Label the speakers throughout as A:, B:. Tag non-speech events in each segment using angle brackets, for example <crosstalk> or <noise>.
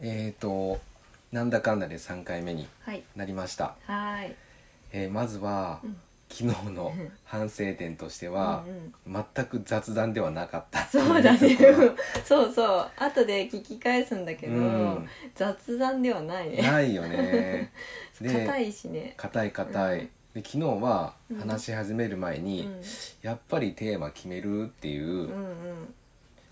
A: えっ、となんだかんだで3回目に
B: はい
A: なりました、
B: はーい
A: えーまずは、
B: うん
A: 昨日の
B: <laughs>
A: 反省点としては
B: う、んうん
A: 全く雑談ではなかったってい
B: そうだね
A: ところ
B: そうそう後で聞き返すんだけど、
A: うん
B: 雑談ではないね
A: ないよ
B: <laughs>
A: ねで
B: 硬いしね
A: 硬い硬い、
B: うん
A: で昨日は話し始める前
B: う
A: に、
B: ん
A: やっぱりテーマ決めるっていううん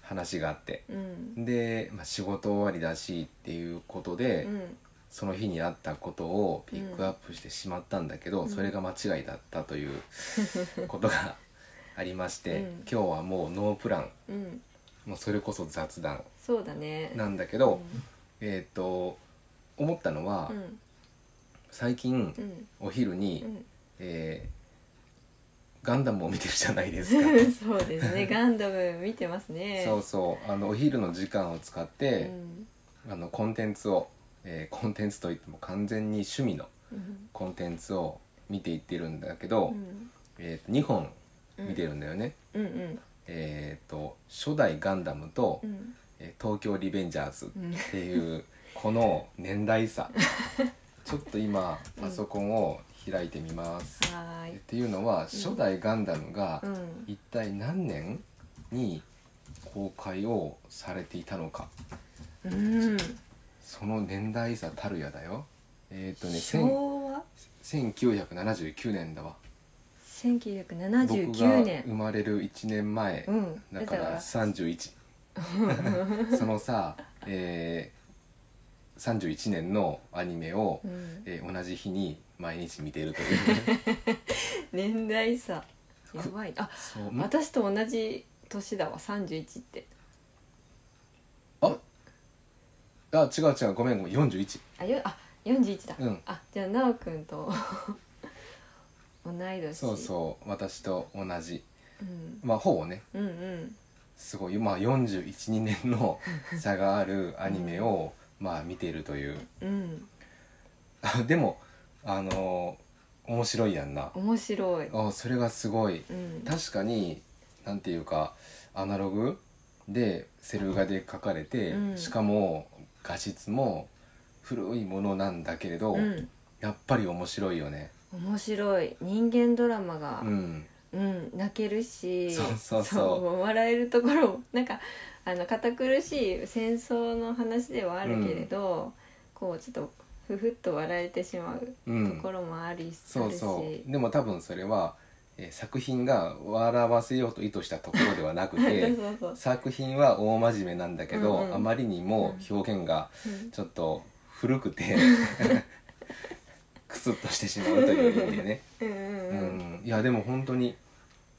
A: 話があって、
B: うんうん
A: で、まあ、仕事終わりだしっていうことで、
B: うん
A: その日にあったことをピックアップしてしまったんだけど、
B: うん
A: それが間違いだったという
B: <laughs>
A: ことがありまして、
B: うん
A: 今日はもうノープラン
B: うん
A: もうそれこそ雑談
B: そうだね
A: なんだけど、えっ、と思ったのは、
B: うん
A: 最近
B: うん
A: お昼に、
B: うん
A: えーガンダムを見てるじゃないで
B: <laughs>
A: すか。
B: そうです
A: <laughs>
B: ねガンダム見てますね
A: そうそうあのお昼の時間を使って、
B: ん
A: あのコンテンツを、えーコンテンツといっても完全に趣味の
B: うん
A: コンテンツを見ていってるんだけど、
B: うん
A: えーと2本
B: うん
A: 見てるんだよね、
B: うんうん
A: えー、と初代ガンダムと、
B: うん
A: えー東京リベンジャーズ
B: うん
A: って
B: <laughs>
A: いうこの年代差ちょっと今
B: うん
A: パソコンを開いてみます、
B: はー
A: っ
B: い
A: ていうのは初代ガンダムが
B: うん
A: 一体何年に公開をされていたのか
B: うん
A: その年代差たるやだよえっ、とね
B: 昭和
A: 1000 1979年だわ僕が
B: 1979
A: 生
B: 年
A: まれる1年前、
B: うん
A: だから31 <laughs> そのさ、えー、31年のアニメを
B: う、ん、
A: えー同じ日に毎日見てるというね
B: 年代差やばいあ
A: <laughs> そうあ
B: 私と同じ年だわ31って
A: あ違う違うごめんごめん41
B: あよあ41だ、
A: うん
B: あじゃあ奈くんと <laughs> 同い年
A: そうそう私と同じ
B: うん、
A: まあほぼね
B: うんうん
A: すごい、まあ、412年 <laughs> の差があるアニメを、まあ見てるという
B: うん
A: あでもあのー面白いやんな
B: 面白い、
A: あそれがすごい
B: うん、
A: 確かになんていうかアナログでセル画で描かれて、
B: うん
A: しかも画質も古いものなんだけれど、
B: うん
A: やっぱり面白いよね。
B: 面白い人間ドラマが、
A: うん、
B: うん、泣けるし
A: そうそうそう
B: 笑えるところもなんかあの堅苦しい戦争の話ではあるけれど、こうちょっとふふっと笑えてしまう
A: う
B: と
A: ん
B: こ、ろもあり、
A: そ
B: あ
A: う
B: るし
A: そうでも多分それは、えー作品が笑わせようと意図したところではな
B: <laughs>
A: くて
B: そうそう
A: 作品は大真面目なんだけど、
B: うんうん
A: あまりにも表現が
B: うん
A: ちょっと古くて <laughs> クスッとしてしまうという意味でね。
B: うんう
A: うんん、いやでも本当に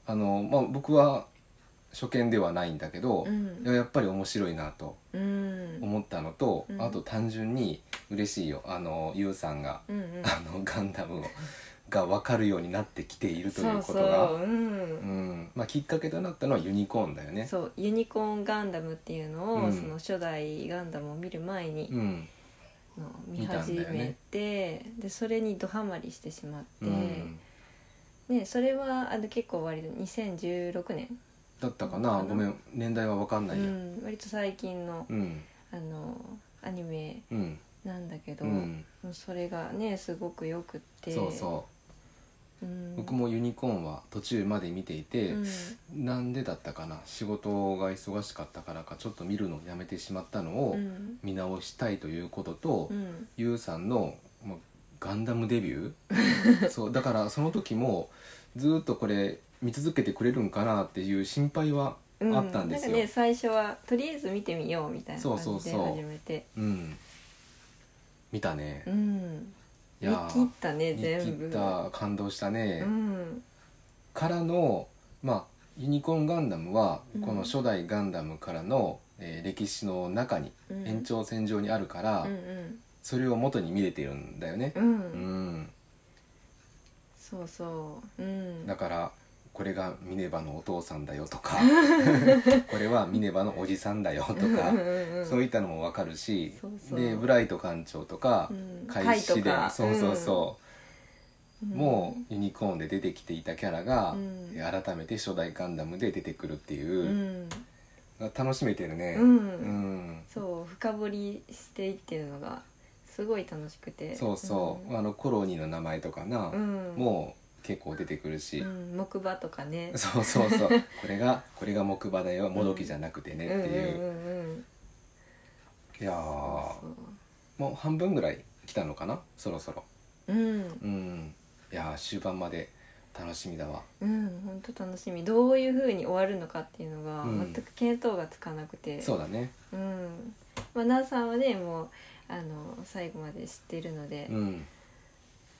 A: あの、まあ、僕は初見ではないんだけど、
B: うん
A: いややっぱり面白いなと
B: うんうん
A: 思ったのと、
B: うん
A: あと単純に嬉しいよあのゆうさんが、
B: うんうん
A: あのガンダムをが分かるようになってきているとい
B: そうう
A: こ
B: そ
A: とが
B: う、うん
A: んまあ、きっかけとなったのはユニコーンだよね。
B: そうユニコーンガンダムっていうのを、
A: うん
B: その初代ガンダムを見る前に、
A: うん
B: の見始
A: 見たんだよ
B: め
A: ね
B: て、でそれにドハマりしてしまって。
A: うん
B: ね、それはあの結構割と2016年、
A: だったかな
B: かな
A: ごめん年代は分かん
B: う
A: ないや。
B: ん、割と最近の
A: うん
B: あのアニメ
A: うん
B: なんだけど、
A: うん
B: それがねすごくよくって、、
A: そうそううん僕もユニコーンは途中まで見ていて、
B: うん、
A: なんでだったかな仕事が忙しかったからかちょっと見るのをやめてしまったのを
B: うん
A: 見直したいということと、
B: うん
A: ゆうさんの、ま、ガンダムデビュ
B: <laughs>
A: ーそうだからその時もずっとこれ見続けてくれるんかなっていう心配は
B: う
A: あったんですよ
B: なんかね最初はとりあえず見てみようみたいな
A: そう
B: 感じ
A: そう
B: で
A: そう
B: 始めて
A: うん見たね、
B: うん
A: い
B: 見
A: や
B: 切っ
A: ー
B: たね
A: 見切
B: 全部
A: った感動したね、
B: うん
A: からのまあユニコーンガンダムは
B: うん
A: この初代ガンダムからの、えー歴史の中に
B: うん
A: 延長線上にあるから、
B: うんうん
A: それを元に見れてるんだよね、
B: うん、
A: うん、
B: そうそううん
A: だからこれがミネバのお父さんだよと
B: <laughs>
A: かこれはミネバのおじさんだよと
B: うん
A: か
B: うんうん
A: そういったのもわかるし
B: そうそう
A: でブライト艦長とか、
B: うん
A: 怪士
B: 怪と
A: 伝
B: か
A: そうそうそうう、
B: ん
A: もうユニコーンで出てきていたキャラが、
B: うん
A: 改めて初代ガンダムで出てくるっていう
B: う、ん
A: 楽しめてるね、
B: うん
A: うん
B: そう深掘りしていってるのがすごい楽しくて
A: そうそう、あのコロニーの名前とかな、
B: うん、うん、
A: もう結構出てくるし、
B: うん、木馬とか <laughs> ね
A: そうそうそうこれがこれが木馬だよもどきじゃなくてねっていう、
B: うんうんうんうん
A: いやー
B: そう
A: もう半分ぐらい来たのかなそろそろ
B: うん
A: うんいやー終盤まで楽しみだわ
B: うん本当楽しみどういうふうに終わるのかっていうのが
A: うん
B: 全く見当がつかなくて、
A: そうだね
B: うんまあ、ナーさんはねもうあの最後まで知ってるので、
A: うん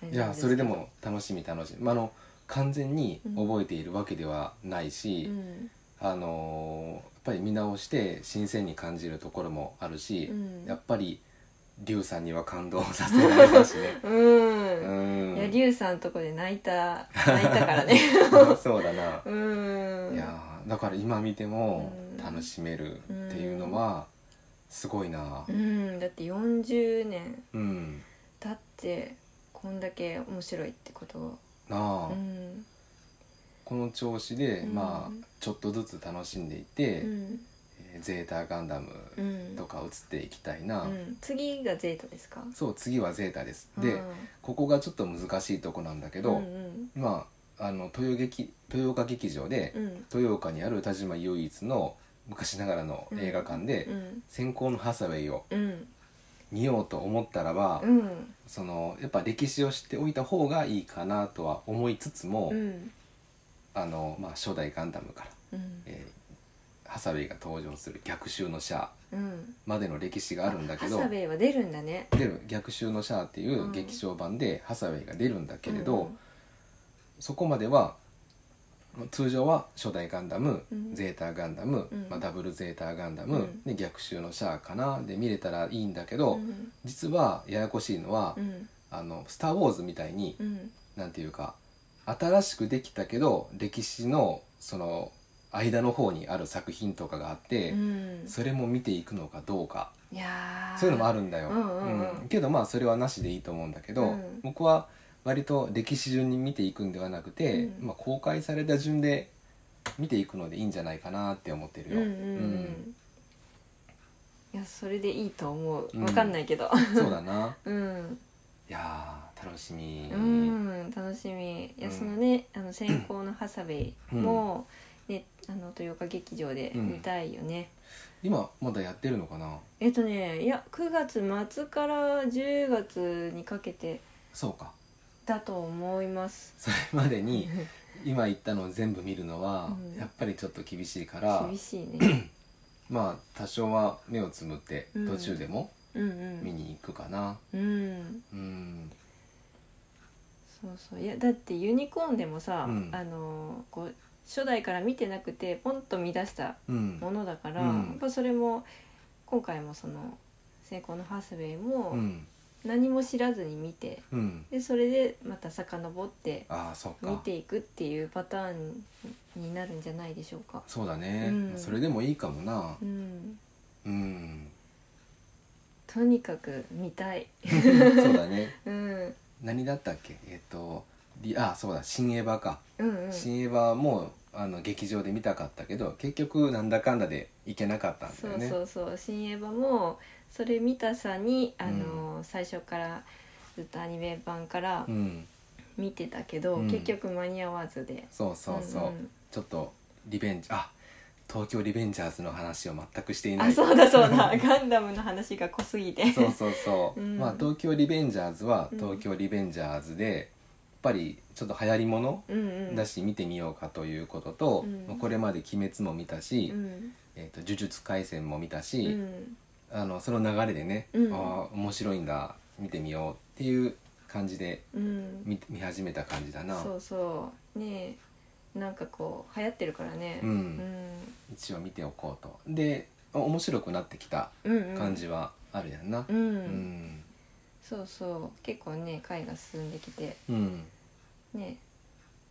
B: あ
A: い
B: な
A: や
B: ん
A: ー
B: す
A: それでも楽しみ楽しみ、まあ、あの完全に覚えているわけではない
B: け
A: し、
B: ど、うん
A: あのーやっぱり見直して新鮮に感じるところもあるし、
B: うん
A: やっぱり龍さんには感動させられたしね
B: うん
A: うん
B: いやリュウさんとこで泣いた泣いたからね
A: <laughs> そうだな、
B: うん
A: いやーだから今見ても
B: うん
A: 楽しめるっていうのはすごいな
B: うんだって40年
A: うん
B: 経ってこんだけ面白いってこと
A: なあ、
B: うん
A: この調子で、
B: うん
A: まあちょっとずつ楽しんでいて、
B: うん
A: えーゼータガンダム
B: うん
A: とか移っていきたいな、
B: うん次がゼータですか
A: そう次はゼータです、で
B: うん
A: ここがちょっと難しいとこなんだけど、
B: うん
A: まああの豊劇豊岡劇場で、
B: うんうん
A: 豊岡にある田島唯一の昔ながらの映画館で、
B: うん
A: 先行のハサウェイを
B: うん
A: 見ようと思ったらば、
B: うん
A: そのやっぱ歴史を知っておいた方がいいかなとは思いつつも、
B: うん
A: あのまあ、初代ガンダムから、
B: うん
A: えーハサウェイが登場する逆襲のシャア
B: うん
A: までの歴史があるんだけ
B: ハ
A: ど
B: サウェイは出るんだね
A: 出る逆襲のシャアっていう劇場版でハサウェイが出るんだけれど、そこまでは通常は初代ガンダム、
B: うん
A: ゼータガンダム、
B: うん
A: まあ、ダブルゼータガンダム、
B: う
A: で
B: ん
A: 逆襲のシャアかなで見れたらいいんだけ
B: う
A: ど、
B: ん
A: 実はややこしいのは「
B: うん
A: あのスター・ウォーズ」みたいに、
B: うん
A: なんていうか新しくできたけど歴史のその間の方にある作品とかがあって、
B: うん
A: それも見ていくのかどうか
B: いやー
A: そういうのもあるんだよ、
B: うんうんうん
A: けどまあそれはなしでいいと思うんだけど、
B: うん
A: 僕は割と歴史順に見ていくんではなくて、
B: うん
A: まあ、公開された順で見ていくのでいいんじゃないかなって思ってる
B: うん
A: よ、
B: うんうんいやそれでいいと思う
A: うん
B: わかんないけ
A: <laughs>
B: ど
A: うんそうだな
B: うん
A: いやー楽しみ、
B: うん楽しみいや、
A: うん
B: そのねあの先行のハサウェイも、ねあの豊岡劇場で見たいよね、
A: 今まだやってるのかな
B: えっとねいや9月末から10月にかけて
A: そうか
B: だと思います
A: それまでに今言ったのを全部見るのは、
B: うん
A: やっぱりちょっと厳しいから
B: 厳しい
A: <clears throat>
B: ね
A: まあ多少は目をつむって
B: うん
A: 途中でも
B: うん
A: 見に行くかな
B: うんうん
A: うん
B: そうそういやだってユニコーンでもさ、
A: うん
B: あのこう初代から見てなくてポンと見出した
A: うん
B: ものだから、
A: うん
B: やっぱそれも今回もその先行のハサウェイ
A: う
B: も
A: ん
B: 何も知らずに見て、
A: うん
B: でそれでまた遡って
A: ああそっ
B: 見
A: か
B: ていくっていうパターンになるんじゃないでしょうか。
A: そうだね、
B: うん
A: それでもいいかもな
B: うん、
A: うん、
B: とにかく見たい。
A: そうだね
B: うん、
A: 何だったっけえっ、とリあそうだ新エヴァか、
B: うん、うん。
A: 新エヴァもあの劇場で見たかったけど結局なんだかんだで行けなかったんだ
B: そ
A: よ
B: う
A: ね
B: そうそう、新エヴァもそれ見たさにあの、最初からずっとアニメ版から
A: うん
B: 見てたけど、
A: うん
B: 結局間に合わずで。
A: そうそうそう、
B: ん
A: ちょっとリベンジあ東京リベンジャーズの話を全くしてい
B: うん
A: な
B: あ、
A: い
B: そうだそうだ。ガンダムの話が濃すぎて。
A: そうそうそう
B: <laughs> うん
A: まあ東京リベンジャーズは東京リベンジャーズで、やっぱりちょっと流行りもの
B: うんうん。
A: だし見てみようかということと、
B: うん
A: まあこれまで「鬼滅」も見たし「
B: うん、
A: えー、と呪術廻戦」も見た
B: う
A: し、
B: ん、
A: あのその流れでね、
B: うん
A: ああ面白いんだ見てみようっていう感じで
B: うん。
A: 見見始めた感じだな
B: そうそうねえなんかこう流行ってるからね
A: う、
B: うんん、
A: 一応見ておこうとであ面白くなってきた
B: うんうん、
A: 感じはあるやんな
B: うん、
A: うん
B: そうそう結構ね回が進んできて
A: うん、
B: ね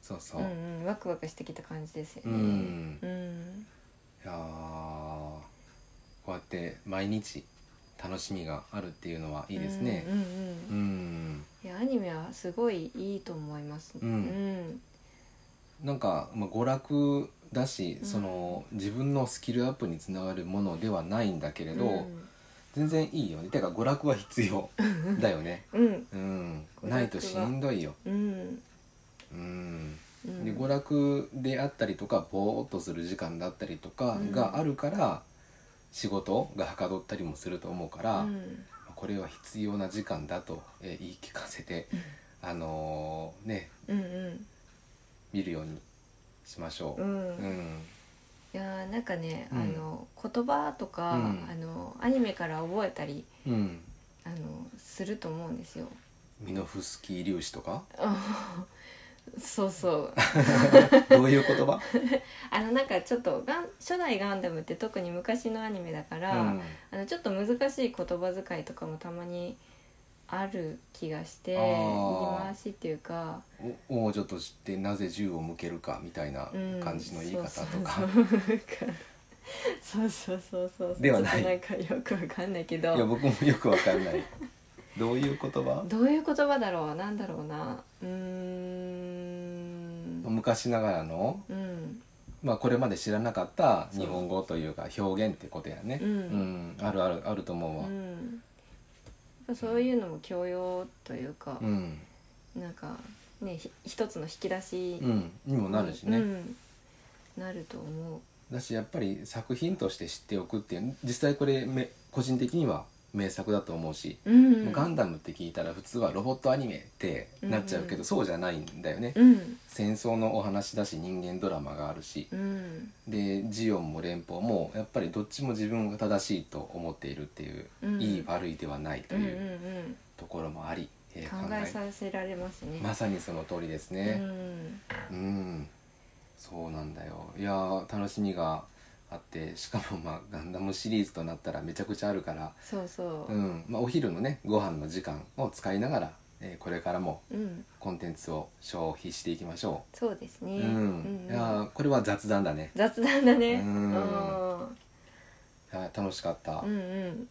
A: そうそうう、
B: んうんワクワクしてきた感じですよね
A: うん
B: うん
A: いやーこうやって毎日楽しみがあるっていうのはいいですね
B: うんう
A: う
B: んうん
A: ん、
B: いやアニメはすごいいいと思います
A: うん
B: うん
A: なんか、まあ、娯楽だし、
B: うん
A: その自分のスキルアップにつながるものではないんだけれど、
B: うん
A: 全然いいよねてか娯楽は必要だよね
B: うん
A: うん
B: <laughs> 娯楽は
A: ないとしんどいよ
B: うん
A: うん
B: うん
A: で娯楽であったりとかぼーっとする時間だったりとか
B: うん
A: があるから仕事がはかどったりもすると思うから、
B: うん
A: これは必要な時間だと、えー言い聞かせて、あのーね
B: うん
A: 見るようにしましょ
B: う
A: う。
B: ん、う、
A: うん
B: い
A: ん、
B: やーなんかね、
A: うん
B: あの言葉とか、
A: うん
B: あのアニメから覚えたり
A: うん、
B: あのすると思うんですよ <laughs>
A: ミノフスキー粒子とか
B: そうそう
A: どういう言葉？
B: あのなんかちょっとガン初代ガンダムって特に昔のアニメだから、
A: うん
B: <laughs> あのちょっと難しい言葉遣いとかもたまにある気がして
A: あ
B: 言
A: ー
B: い回しっていうか
A: おもうちょっと知ってなぜ銃を向けるかみたいな
B: うん
A: 感じの言い方とか、
B: そうそうそうそうそうそうそう
A: ではない
B: ちょっとなんかよくわかんないけ
A: いや
B: ど
A: 僕もよくわかんない。どういう言葉？
B: どういう言葉だろうなんだろうなうーん
A: 昔ながらの
B: うん
A: まあ、これまで知らなかった日本語というか表現ってことやね、
B: うん
A: んあるあるあると思う
B: う
A: わ、
B: んやっぱそういうのも教養というか
A: う、ん
B: なんかねひ一つの引き出し
A: うんにもなるしね、
B: うんなると思う
A: だしやっぱり作品として知っておくっていう実際これめ個人的には名作だと思うし、
B: うん
A: ガンダムって聞いたら普通はロボットアニメってなっちゃうけど、
B: うんうん
A: そうじゃないんだよね、
B: うん
A: 戦争のお話だし人間ドラマがあるし
B: うん
A: でジオンも連邦もやっぱりどっちも自分が正しいと思っているっていう、
B: うん
A: いい悪いではないと
B: うんうん
A: いううんところもあり、えー
B: 考えさせられますね
A: まさにその通りですね。うん、そうなんだよ。いやー楽しみがあって、しかもまあガンダムシリーズとなったらめちゃくちゃあるから、
B: うんそうそうう、
A: ん、まあお昼のねご飯の時間を使いながら、えーこれからも
B: うん
A: コンテンツを消費していきましょ
B: そうです
A: う。
B: ね、
A: うん、
B: うん
A: いやーこれは雑談だね。
B: 雑談だね
A: うん
B: あ
A: いやー楽しかった
B: ーう。んうん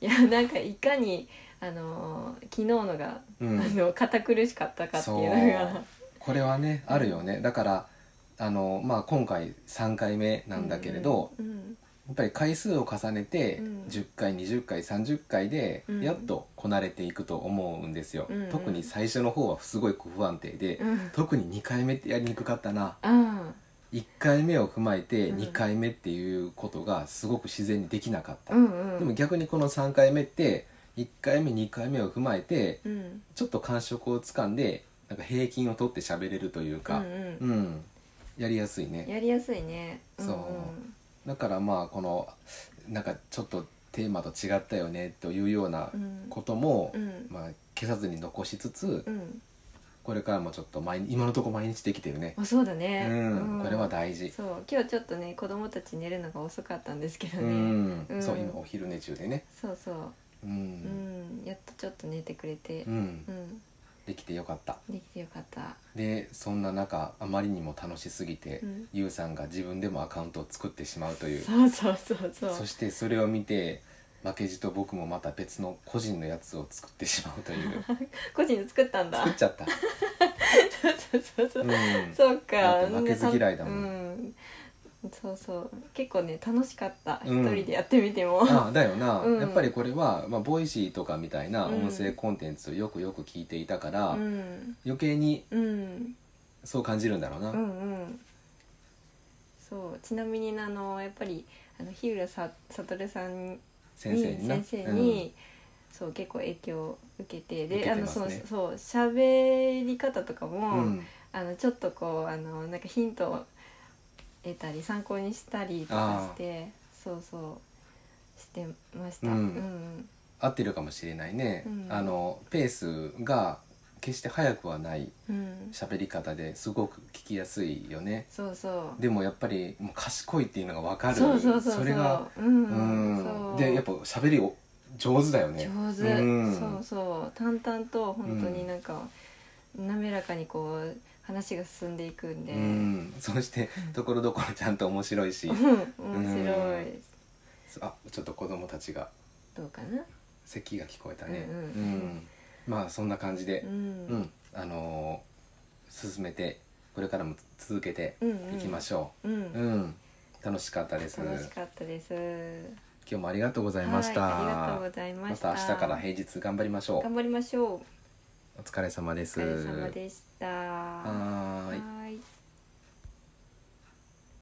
B: いやなんかいかにあのー昨日のが、
A: うん
B: あの堅苦しかったかっていう
A: そう
B: のが
A: これはねあるよね。だからあのまあ今回3回目なんだけれど。
B: うん
A: やっぱり回数を重ねて
B: うん
A: 10回20回30回で
B: うん
A: やっとこなれていくと思うんですよ、
B: うんうん
A: 特に最初の方はすごい不安定で、
B: うんうん
A: 特に2回目ってやりにくかったな
B: あ
A: 1回目を踏まえて
B: うん
A: 2回目っていうことがすごく自然にできなかっ
B: ー
A: た、
B: うんうん
A: でも逆にこの3回目って1回目2回目を踏まえて
B: うん
A: ちょっと感触をつかんでなんか平均を取って喋れるという
B: う
A: か
B: ん、うん
A: うんやりやすいね
B: やりやすいね
A: そうん
B: ん
A: だからまあこのなんかちょっとテーマと違ったよねというような
B: うん
A: ことも、
B: うん
A: まあ、消さずに残しつつ、
B: うん
A: これからもちょっと毎日今のとこ毎日できてるね、
B: あそうだね、
A: うんこれは大事
B: そう今日ちょっとね子供たち寝るのが遅かったんですけど
A: う
B: ね、
A: ん、
B: うん
A: そう今お昼寝中でね
B: そうそう
A: う、
B: うんん、やっとちょっと寝てくれて
A: うん
B: うん、
A: できてよかった
B: できてよかった
A: でそんな中あまりにも楽しすぎて、
B: うん
A: ゆうさんが自分でもアカウントを作ってしまうという
B: そうそうそうそう
A: そしてそれを見て負けじと僕もまた別の個人のやつを作ってしまうという
B: <laughs> 個人で作ったんだ
A: 作っちゃった、
B: そうそうそう、
A: うん、
B: そうか
A: だって負けず嫌いだもん
B: うん、そうそう結構ね楽しかった、
A: うん
B: 一人でやってみても <laughs>
A: あだよな、
B: うん
A: やっぱりこれは、まあ、ボイシーとかみたいな
B: うん
A: 音声コンテンツをよくよく聞いていたから、
B: うん
A: 余計に
B: うん
A: そう感じるんだろうな、
B: うんうんそうちなみにあのやっぱりあの日浦さ悟さんに
A: 先生にな
B: 先生に、そう結構影響を受けてで
A: 受け
B: あ
A: て
B: の
A: ます
B: その
A: ね
B: そう喋り方とか
A: う
B: も、
A: んうん
B: あのちょっとこうあのなんかヒントを得たり参考にしたりとかしてそうそうしてました。
A: う
B: うんん、
A: 合ってるかもしれないね、
B: うん
A: あのペースが決して速くはない
B: うん、
A: 喋り方ですごく聞きやすいよね
B: そうそう。
A: でもやっぱりもう賢いっていうのが分かる
B: そうそうそうう。
A: れが
B: うん、
A: うん
B: そう
A: でやっぱ喋りを上手だよね
B: 上手、
A: うん、
B: そうそう淡々と本当になんか、滑らかにこう話が進んでいくんで、
A: うんそしてところどころちゃんと面白いし
B: 面白いです、
A: あちょっと子供たちが
B: どうかな、
A: 咳が聞こえたね、
B: うんうん
A: まあそんな感じで
B: う、
A: うんんあのー進めてこれからも続けて
B: うんう
A: い
B: ん
A: きましょ
B: うん
A: う、うん楽しかったです
B: 楽しかったです
A: 今日もありがとうございました、
B: はい、ありがとうございま
A: ま
B: した
A: た明日から平日頑張りましょう
B: 頑張りましょう
A: お疲れ様で
B: お疲れ様でした
A: はーい